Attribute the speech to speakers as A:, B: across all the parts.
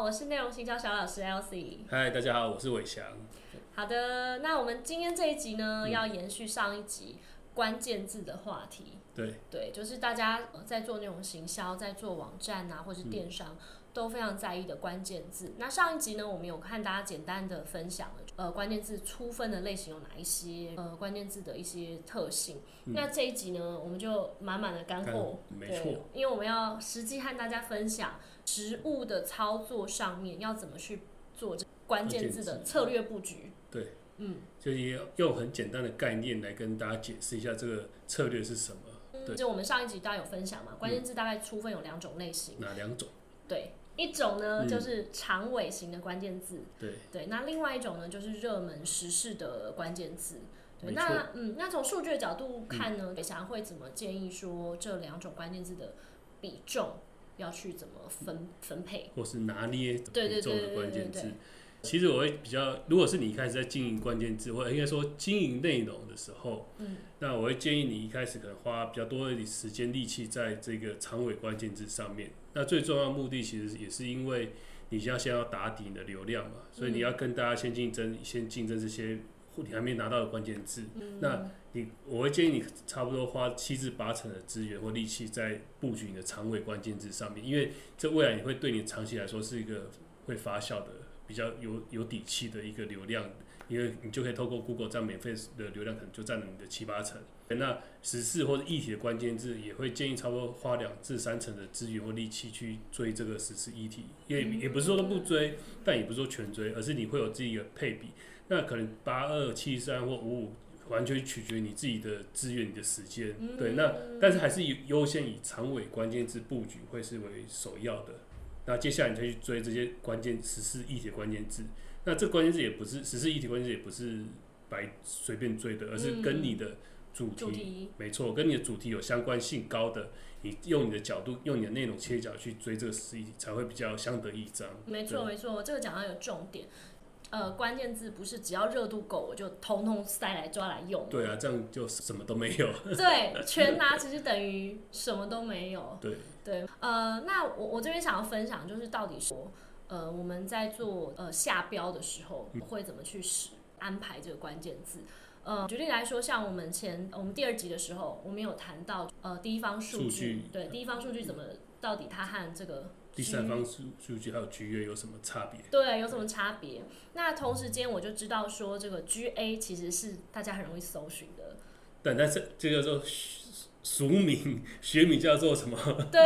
A: 我是内容行销小老师 Elsie。
B: 嗨，大家好，我是伟翔。
A: 好的，那我们今天这一集呢，要延续上一集关键字的话题。
B: 对，
A: 对，就是大家呃在做内容行销，在做网站啊，或是电商。都非常在意的关键字。那上一集呢，我们有看大家简单的分享了，呃，关键字出分的类型有哪一些，呃，关键字的一些特性。那这一集呢，我们就满满的嗯干
B: 干
A: 货
B: 货，没
A: 对
B: 错，
A: 因为我们要实际和大家分享实物的操作上面要怎么去做这关键字的策略布局。
B: 对，
A: 嗯，
B: 就是也用很简单的概念来跟大家解释一下这个策略是什么，对
A: 嗯就我们上一集大家有分享嘛，关键字大概出分有两种类型，
B: 哪两种？
A: 对，一种呢
B: 嗯
A: 就是长尾型的关键字，
B: 对，
A: 对，那另外一种呢，就是热门时事的关键字。对，
B: 没错
A: 那嗯，那从数据的角度看呢，北翔会怎么建议说这两种关键字的比重要去怎么分分配？
B: 或是拿捏
A: 对对
B: 比重
A: 对
B: 的
A: 对
B: 关
A: 对
B: 键
A: 对
B: 字。其实我会比较，如果是你一开始在经营关键字，或者应该说经营内容的时候，
A: 嗯，
B: 那我会建议你一开始可能花比较多的时间力气在这个长尾关键字上面。那最重要的目的其实也是因为你要先要打底你的流量嘛，所以你要跟大家先竞争，先竞争这些你还没拿到的关键字。那你我会建议你差不多花七至八成的资源或力气在布局你的长尾关键字上面，因为这未来你会对你长期来说是一个会发酵的、比较有有底气的一个流量，因为你就可以透过 Google 占免费的流量，可能就占了你的七八成。那时事或者议题的关键字，也会建议差不多花两至三成的资源或力气去追这个时事议题，因为也不是说都不追，但也不是说全追，而是你会有自己的配比。那可能八二七三或五五，完全取决于你自己的资源、你的时间。
A: 嗯
B: 对，那但是还是以优先以长尾关键字布局会是为首要的。那接下来你再去追这些关键时事议题的关键字。那这关键字也不是时事议题关键字，也不是白随便追的，而是跟你的主题、
A: 嗯主题
B: 没错，跟你的主题有相关性高的，你用你的角度、用你的内容切角去追这个时事议题，才会比较相得益彰。
A: 没错没错，这个讲到有重点。呃，关键字不是只要热度够我就通通塞来抓来用，
B: 对啊，这样就什么都没有。
A: 对，全拿其实等于什么都没有。
B: 对
A: 对，呃，那我我这边想要分享就是到底说，呃，我们在做呃下标的时候
B: 嗯
A: 会怎么去使安排这个关键字。呃，举例来说，像我们前我们第二集的时候，我们有谈到呃第一方数
B: 数据
A: 对第一方数据怎么到底它和这个
B: 第三方数数据还有局月有什么差别？
A: 对有什么差别？那同时间我就知道说，这个 GA 其实是大家很容易搜寻的，
B: 但但是这个叫做俗俗名，学名叫做什么
A: 对，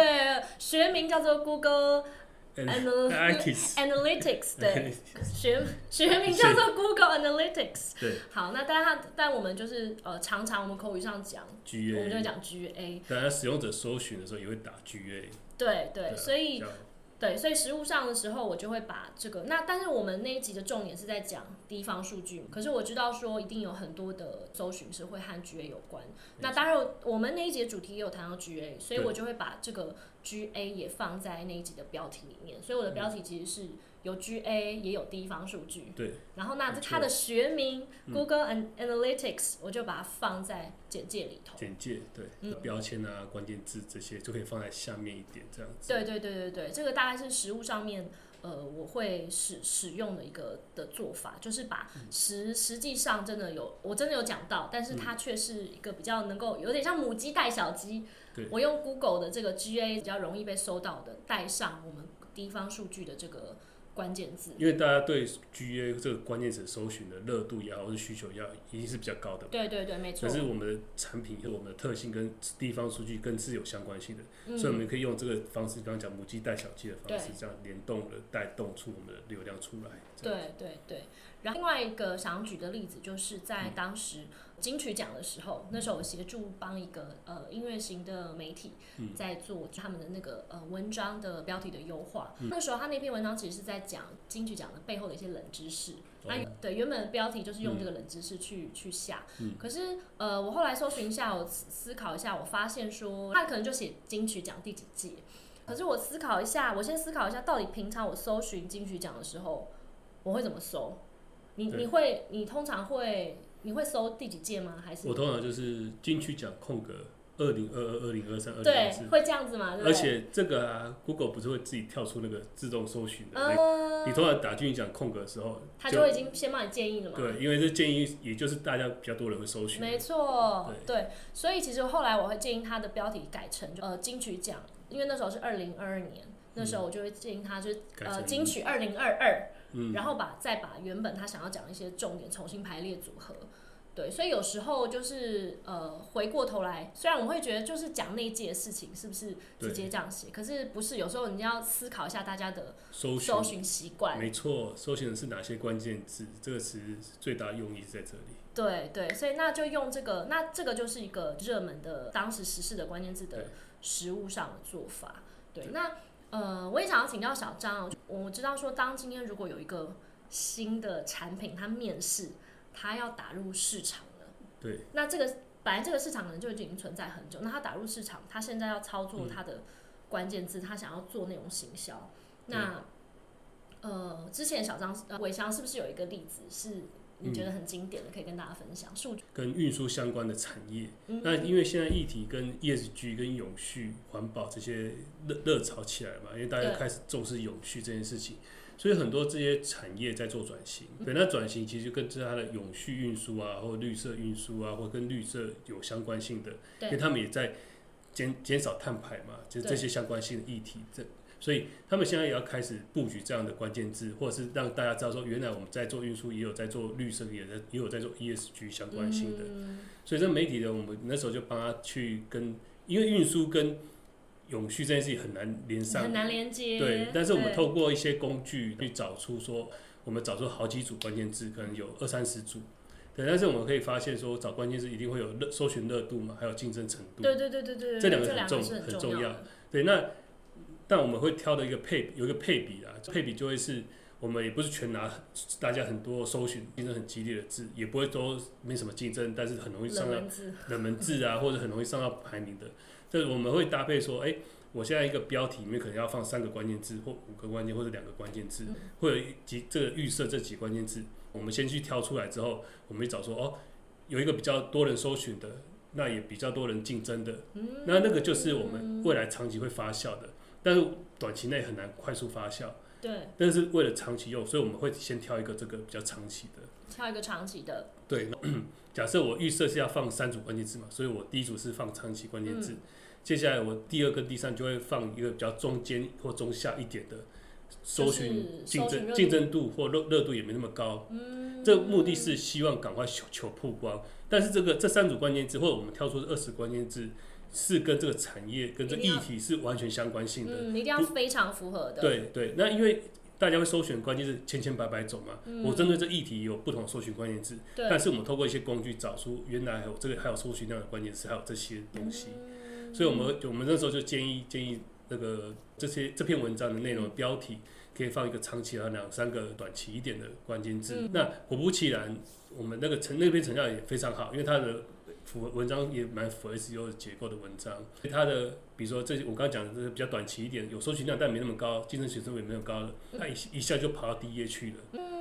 A: 学名叫做 Google Anal-
B: ？Akis。
A: Analytics，对，学 学名叫做 Google Analytics。
B: 对
A: 好，那但它但我们就是呃，常常我们口语上讲，
B: ，G
A: 我们就会
B: A。
A: 讲 GA，
B: 大家使用者搜寻的时候也会打 G A。
A: 嗯对对，
B: 啊
A: 所以
B: 这样
A: 对，所以实物上的时候，我就会把这个那，但是我们那一集的重点是在讲地方数据，可是我知道说一定有很多的搜寻是会和 GA 有关。那当然，我们那一集的主题也有谈到 GA，所以
B: 对
A: 我就会把这个 GA 也放在那一集的标题里面，所以我的标题其实是有 GA 也有地方数据。
B: 嗯对，
A: 然后那
B: 没
A: 这
B: 错嗯
A: 它的学名 Google An- Analytics，我就把它放在简介里头。
B: 简介对、
A: 嗯
B: 标签啊、关键字这些就可以放在下面一点这样子。
A: 对对对对对，这个大概是实物上面，呃，我会使使用的一个的做法，就是把
B: 嗯
A: 实实际上真的有，我真的有讲到，但是它
B: 嗯
A: 却是一个比较能够有点像母鸡带小鸡
B: 对，
A: 我用 Google 的这个 GA 比较容易被搜到的，带上我们地方数据的这个关键字。
B: 因为大家对 G A 这个关键词搜寻的热度也好，或是需求也好，一定是比较高的嘛。
A: 对对对，没错
B: 可。是我们的产品和我们的特性跟地方数据跟是有相关性的，
A: 嗯
B: 所以我们可以用这个方式，刚刚讲母鸡带小鸡的方式
A: 对，
B: 这样联动的带动出我们的流量出来。这样，
A: 对对对，然后另外一个想举的例子，就是在当时金曲奖的时候，
B: 嗯
A: 那时候我协助帮一个呃音乐型的媒体
B: 嗯
A: 在做他们的那个呃文章的标题的优化。
B: 嗯
A: 那时候他那篇文章其实是在讲金曲奖的背后的一些冷知识。那
B: 哦
A: 啊对原本的标题就是用这个冷知识去、去下，
B: 嗯
A: 可是呃，我后来搜寻一下，我思思考一下，我发现说他可能就写金曲奖第几届，可是我思考一下，我先思考一下，到底平常我搜寻金曲奖的时候，我会怎么搜？你
B: 对
A: 你会你通常会你会搜第几届吗？还是
B: 我通常就是进去讲空格，二零二二、二零二三、二零
A: 对
B: 二四，，
A: 会这样子嘛？对不对
B: 而且这个啊，Google 不是会自己跳出那个自动搜寻的那个，
A: 呃
B: 你，通常打进去讲空格的时候，
A: 他就会已经先帮你建议了嘛？
B: 对，因为这建议也就是大家比较多人会搜寻的，
A: 没错，对，所以其实后来我会建议他的标题改成呃金曲奖，因为那时候是二零二二年，那时候我就会建议他就是
B: 嗯改
A: 呃
B: 成
A: 金曲二零二二，
B: 嗯
A: 然后把再把原本他想要讲的一些重点重新排列组合。对，所以有时候就是呃，回过头来，虽然我会觉得就是讲那一届的事情是不是直接这样写，可是不是，有时候你要思考一下大家的
B: 搜寻
A: 搜寻习惯。
B: 没错，搜寻的是哪些关键字？这个词最大用意是在这里。
A: 对对，所以那就用这个，那这个就是一个热门的当时时事的关键字的
B: 对
A: 实物上的做法。对，
B: 对
A: 那呃，我也想要请教小张哦，我知道说，当今天如果有一个新的产品，它面世，它要打入市场了，
B: 对，
A: 那这个本来这个市场可能就已经存在很久，那它打入市场，它现在要操
B: 嗯
A: 作它的关键字，它想要做内容行销，那。呃，之前小张呃伟翔是不是有一个例子是你觉得很经典的，可以跟大家分享？数据，
B: 跟运输相关的产业，
A: 嗯
B: 那因为现在议题跟 ESG、跟永续环保这些热热潮起来嘛，因为大家
A: 对
B: 开始重视永续这件事情，所以很多这些产业在做转型。对，那转型其实就跟它的永续运输啊，或绿色运输啊，或跟绿色有相关性的，因为
A: 对
B: 他们也在减减少碳排嘛，就是这
A: 对
B: 些相关性的议题。这所以他们现在也要开始布局这样的关键字，或者是让大家知道说，原来我们在做运输，也有在做绿色，也在也有在做 ESG 相关性的。
A: 嗯
B: 所以这媒体的，我们那时候就帮他去跟，因为运输跟永续这件事情很难连上，
A: 很难连接。
B: 对，但是我们
A: 对
B: 透过一些工具去找出说，我们找出好几组关键字，可能有二三十组，对，但是我们可以发现说，找关键字一定会有热搜寻热度嘛，还有竞争程度，
A: 对对对对对，对
B: 这两个
A: 这
B: 很
A: 两
B: 重
A: 个是
B: 很重
A: 重
B: 要
A: 的。
B: 对，那但我们会挑的一个配有一个配比啊，配比就会是我们也不是全拿大家很多搜寻竞争很激烈的字，也不会都没什么竞争，但是很容易上
A: 冷
B: 到
A: 文字，
B: 冷门字啊，或者很容易上到排名的。这我们会搭配说，哎、我现在一个标题里面可能要放三个关键字，或五个关键，或者两个关键字
A: 嗯，
B: 或者几这个预设这几个关键字，我们先去挑出来之后，我们去找说，哦，有一个比较多人搜寻的，那也比较多人竞争的，
A: 嗯
B: 那那个就是我们未来长期会发酵的，但是短期内很难快速发酵，
A: 对，
B: 但是为了长期用，所以我们会先挑一个这个比较长期的。
A: 挑一个长期的，
B: 对， 假设我预设是要放三组关键字嘛，所以我第一组是放长期关键字，
A: 嗯
B: 接下来我第二跟第三就会放一个比较中间或中下一点的搜
A: 就是
B: 寻
A: 搜寻热
B: 竞争
A: 度
B: 竞争度或热热度也没那么高。
A: 嗯，
B: 这目的是希望赶快求求曝光，但是这个这三组关键字或者我们挑出二十关键字是跟这个产业跟这
A: 一定
B: 议
A: 要
B: 题是完全相关性的。
A: 嗯，一定要
B: 不
A: 非常符合的。
B: 对对，那因为大家会搜寻关键字千千百百种嘛，
A: 嗯
B: 我针对这议题有不同的搜寻关键字，
A: 对，
B: 但是我们透过一些工具找出原来还有这个还有搜寻量的关键词，还有这些东西，
A: 嗯
B: 所以我们我们那时候就建议建议那个这些这篇文章的内容的标题可以放一个长期和两三个短期一点的关键字。
A: 嗯
B: 那果不其然，我们那个成那篇成效也非常好，因为它的符合文章也蛮符合 SEO 的结构的文章，它的比如说这我刚刚讲的这个比较短期一点，有搜寻量但没那么高，竞争学生也没有高的，它一一下就跑到第一页去了。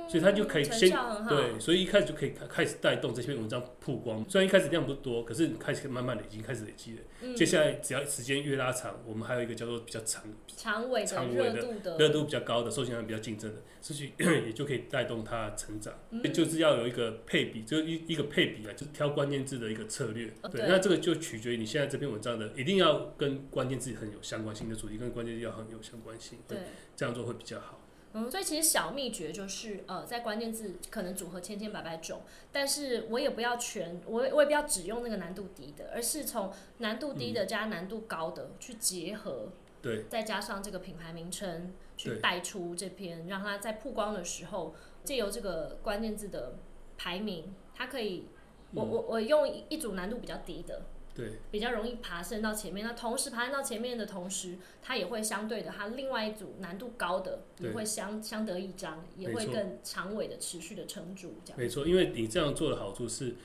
B: 所以它就可以
A: 嗯成
B: 先
A: 效很好。
B: 对，所以一开始就可以开开始带动这篇文章曝光。虽然一开始量不多，可是你开始慢慢累积，开始累积了。
A: 嗯，
B: 接下来只要时间越拉长，我们还有一个叫做比较长、
A: 长尾的
B: 长尾
A: 热
B: 的
A: 度的
B: 热度比较高的、受性比较竞争的，这去也就可以 带动它成长。
A: 嗯
B: 就是要有一个配比，就一一个配比啊，就是挑关键字的一个策略。
A: 哦
B: 对，
A: 对
B: 那这个就取决于你现在这篇文章的，一定要跟关键字很有相关性的主题，跟关键字要很有相关性。
A: 对，。
B: 这样做会比较好。
A: 嗯，所以其实小秘诀就是，呃，在关键字可能组合千千百百种，但是我也不要全，我也我也不要只用那个难度低的，而是从难度低的
B: 嗯
A: 加难度高的去结合，
B: 对，
A: 再加上这个品牌名称去
B: 对
A: 带出这篇，让它在曝光的时候，借由这个关键字的排名，它可以，我我
B: 嗯
A: 我用一一组难度比较低的，
B: 对。
A: 比较容易爬升到前面。那同时爬升到前面的同时，它也会相对的，它另外一组难度高的也
B: 对
A: 会相相得益彰，也
B: 没
A: 会
B: 错
A: 更长尾的持续的撑住这样。
B: 没错，因为你这样做的好处是，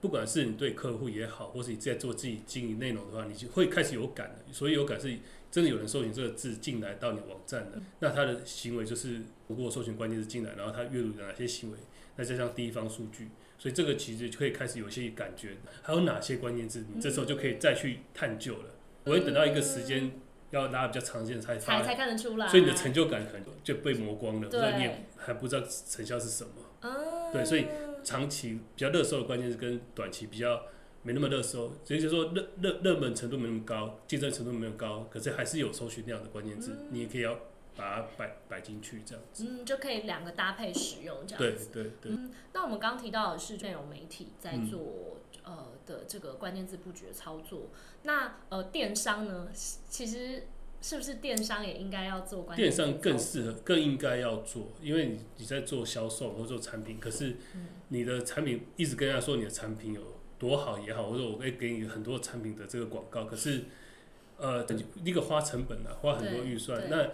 B: 不管是你对客户也好，或是你在做自己经营内容的话，你就会开始有感的。所以有感是真的有人搜寻这个字进来到你网站
A: 嗯
B: 的，那他的行为就是通过搜寻关键字进来，然后他阅读了哪些行为，再加上第一方数据，所以这个其实就可以开始有一些感觉，还有哪些关键字，你这时候就可以再去探究了。不会等到一个时间要拉比较长时间才
A: 才嗯
B: 发，
A: 才看得出来。啊
B: 所以你的成就感可能就被磨光了，
A: 对
B: 所以你也还不知道成效是什么。
A: 啊
B: 对所以长期比较热搜的关键是跟短期比较没那么热搜，也就是说热热热门程度没那么高，竞争程度没那么高，可是还是有搜寻量的关键字，你也可以要把它摆摆进去这样子。
A: 嗯，就可以两个搭配使用这样
B: 对
A: 子。
B: 对对，
A: 嗯，那我们刚提到的是内容媒体在
B: 嗯
A: 做、呃的这个关键字布局的操作，那呃电商呢，是其实是不是电商也应该要做关键
B: 电
A: 字的
B: 商更
A: 操作
B: 适合、更应该要做，因为你你在做销售或者做产品，可是
A: 嗯
B: 你的产品一直跟人家说你的产品有多好也好，或者我可以给你很多产品的这个广告，可是呃，一个花成本啊，花很多
A: 对
B: 预算。
A: 对
B: 那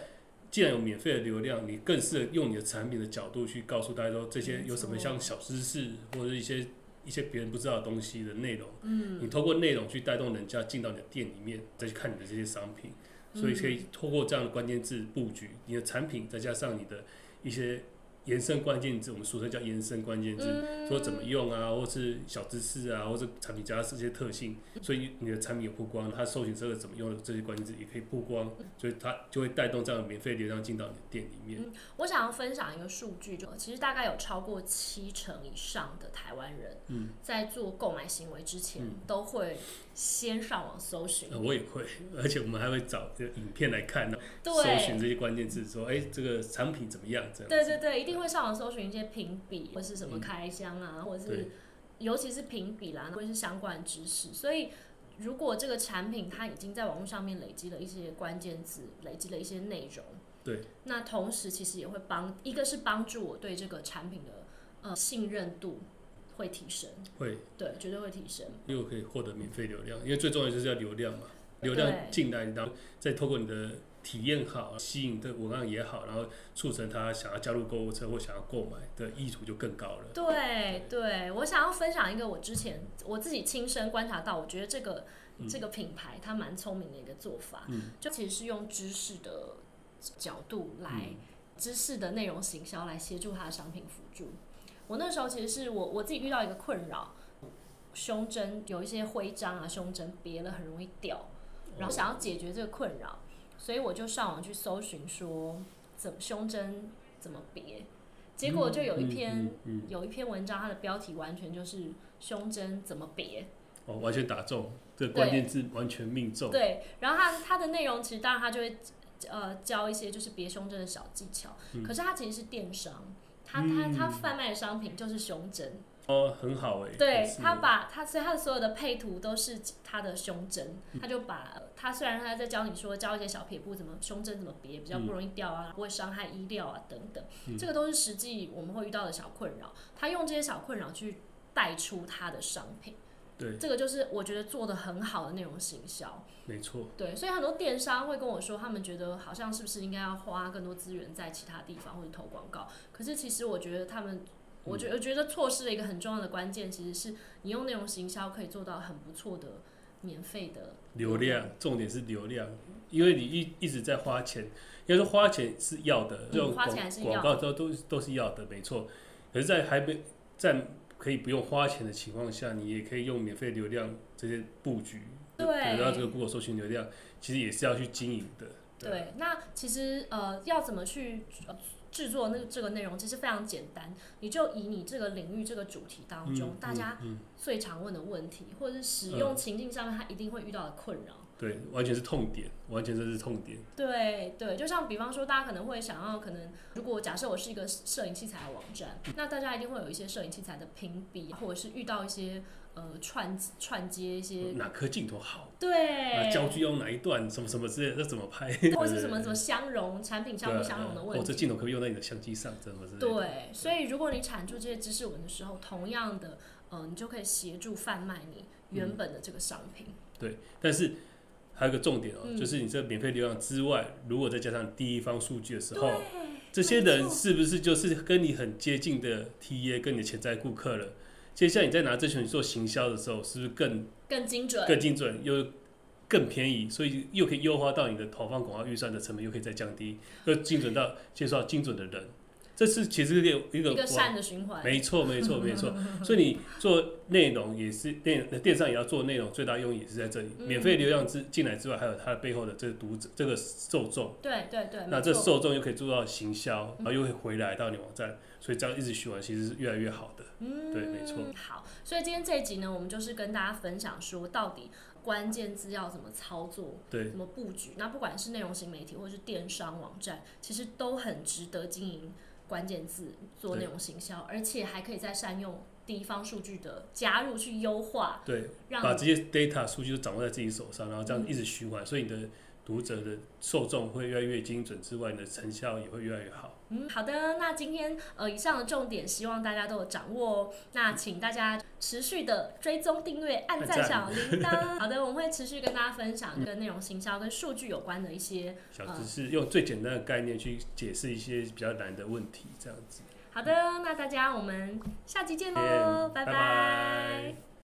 B: 既然有免费的流量，你更适合用你的产品的角度去告诉大家说这些
A: 没
B: 有什么
A: 错
B: 像小知识或者一些一些别人不知道的东西的内容。嗯，你透过内容去带动人家进到你的店里面，再去看你的这些商品。所以可
A: 嗯
B: 以透过这样的关键字布局，你的产品再加上你的一些延伸关键字，我们俗称叫延伸关键字，
A: 嗯
B: 说怎么用啊，或是小知识啊，或者产品加这些特性，所以你的产品有曝光，它搜寻这个怎么用的这些关键字也可以曝光，
A: 嗯
B: 所以它就会带动这样的免费流量进到你的店里面。
A: 我想要分享一个数据，就其实大概有超过七成以上的台湾人，
B: 嗯
A: 在做购买行为之前，
B: 嗯
A: 都会先上网搜寻，
B: 呃我也会，而且我们还会找这个影片来看呢、搜寻
A: 对。
B: 这些关键字，说哎、这个产品怎么样这样子。
A: 对对对，一定会上网搜寻一些评比，或是什么
B: 嗯
A: 开箱啊，或者
B: 对
A: 是尤其是评比啦，或者是相关知识。所以，如果这个产品它已经在网络上面累积了一些关键字，累积了一些内容，
B: 对，
A: 那同时其实也会帮，一个是帮助我对这个产品的呃信任度会提升，
B: 会
A: 对，绝对会提升。
B: 又可以获得免费流量，因为最重要就是要流量嘛，流量
A: 对
B: 进来，然后再透过你的体验好，吸引的文案也好，然后促成他想要加入购物车或想要购买的意图就更高了。
A: 对对，我想要分享一个我之前我自己亲身观察到，我觉得这个、这个品牌它蛮聪明的一个做法，
B: 嗯
A: 就其实是用知识的角度来、
B: 嗯
A: 知识的内容行销来协助它的商品辅助。我那时候其实是我我自己遇到一个困扰，胸针有一些徽章啊，胸针别了很容易掉，
B: 哦
A: 然后想要解决这个困扰，所以我就上网去搜寻说怎么胸针怎么别，结果就有一篇。
B: 嗯嗯嗯
A: 有一篇文章，它的标题完全就是“胸针怎么别
B: 哦，完全打中这个
A: 对
B: 关键字，完全命”，中。
A: 对，然后它它的内容其实当然它就会呃教一些就是别胸针的小技巧，可是它其实是电商，它它它贩卖的商品就是胸针，
B: 哦，很好哎、
A: 对
B: 也是
A: 它把它所以它的所有的配图都是它的胸针，
B: 嗯
A: 它就把呃它虽然它在教你说教一些小撇步怎么胸针怎么别比
B: 嗯
A: 较不容易掉啊，不会伤害衣料啊等等，这个都是实际我们会遇到的小困扰，它用这些小困扰去带出它的商品。
B: 对，
A: 这个就是我觉得做的很好的内容行销。
B: 没错。
A: 对，所以很多电商会跟我说，他们觉得好像是不是应该要花更多资源在其他地方或者投广告？可是其实我觉得他们，我
B: 嗯
A: 觉我觉得错失了一个很重要的关键，其实是你用内容行销可以做到很不错的免费的
B: 流
A: 嗯
B: 量，重点是流量，因为你一一直在花钱，应该说花钱是要的，这种
A: 嗯花钱
B: 广
A: 还是
B: 广
A: 要
B: 告都都都是要的，没错。可是，在还没在可以不用花钱的情况下，你也可以用免费流量这些布局，
A: 对
B: 得到这个 Google 搜寻流量，其实也是要去经营的。
A: 对，那其实呃，要怎么去呃制作那个这个内容，其实非常简单，你就以你这个领域这个主题当中，
B: 嗯
A: 大家
B: 嗯
A: 最常问的问题，或者是使
B: 嗯
A: 用情境上面他一定会遇到的困扰。
B: 对，完全是痛点，完全这是痛点。
A: 对对，就像比方说，大家可能会想要，可能如果假设我是一个摄影器材的网站，那大家一定会有一些摄影器材的评比，或者是遇到一些呃串串接一些、
B: 哪颗镜头好？啊，
A: 对，
B: 焦距用哪一段？什么什么之类的，那怎么拍？
A: 哎或者是什 么什么相容产品相
B: 对
A: 不
B: 啊
A: 相容的
B: 对啊
A: 问
B: 哦，
A: 题。
B: 这镜头可不可以用在你的相机上？这什么之类的。
A: 对，所以如果你产出这些知识文的时候，同样的，呃，你就可以协助贩卖你
B: 嗯
A: 原本的这个商品。
B: 对，但是还有一个重点哦、
A: 嗯
B: 就是你这免费流量之外，如果再加上第一方数据的时候，这
A: 没
B: 些人
A: 错
B: 是不是就是跟你很接近的 TA，跟你的潜在顾客了？接下来你再拿这群做行销的时候，是不是更
A: 更精准。
B: 更精准又更便宜？所以又可以优化到你的投放广告预算的成本，又可以再降低，又精准到介绍精准的人。这是其实有一个
A: 一个
B: 往
A: 善的循环。
B: 没错，没错，没错。 所以你做内容也是电电商也要做内容，最大用意也是在这里。
A: 嗯
B: 免费流量之进来之外，还有它的背后的这个读者、这个受众，
A: 对对对，
B: 那
A: 没
B: 这
A: 错。嗯
B: 受众又可以做到行销，然后又会回来到你网站，所以这样一直循环，其实是越来越好的。
A: 嗯，
B: 对没错。
A: 好，所以今天这一集呢，我们就是跟大家分享说，到底关键字要怎么操作，
B: 对
A: 怎么布局。那不管是内容型媒体或是电商网站，其实都很值得经营关键字做内容行销，而且还可以再善用地方数据的加入去优化，
B: 对，
A: 让
B: 把这些 data 数据都掌握在自己手上，然后这样一直循环，所以你的读者的受众会越来越精准之外，你的成效也会越来越好。
A: 嗯，好的，那今天呃以上的重点，希望大家都有掌握哦。那请大家持续的追踪、订阅、按赞
B: 按赞
A: 小铃铛。好的，我们会持续跟大家分享跟内容行销跟数据有关的一些。
B: 小知识用最简单的概念去解释一些比较难的问题，这样子。
A: 好的，那大家我们下期见喽，
B: 见
A: 拜
B: 拜拜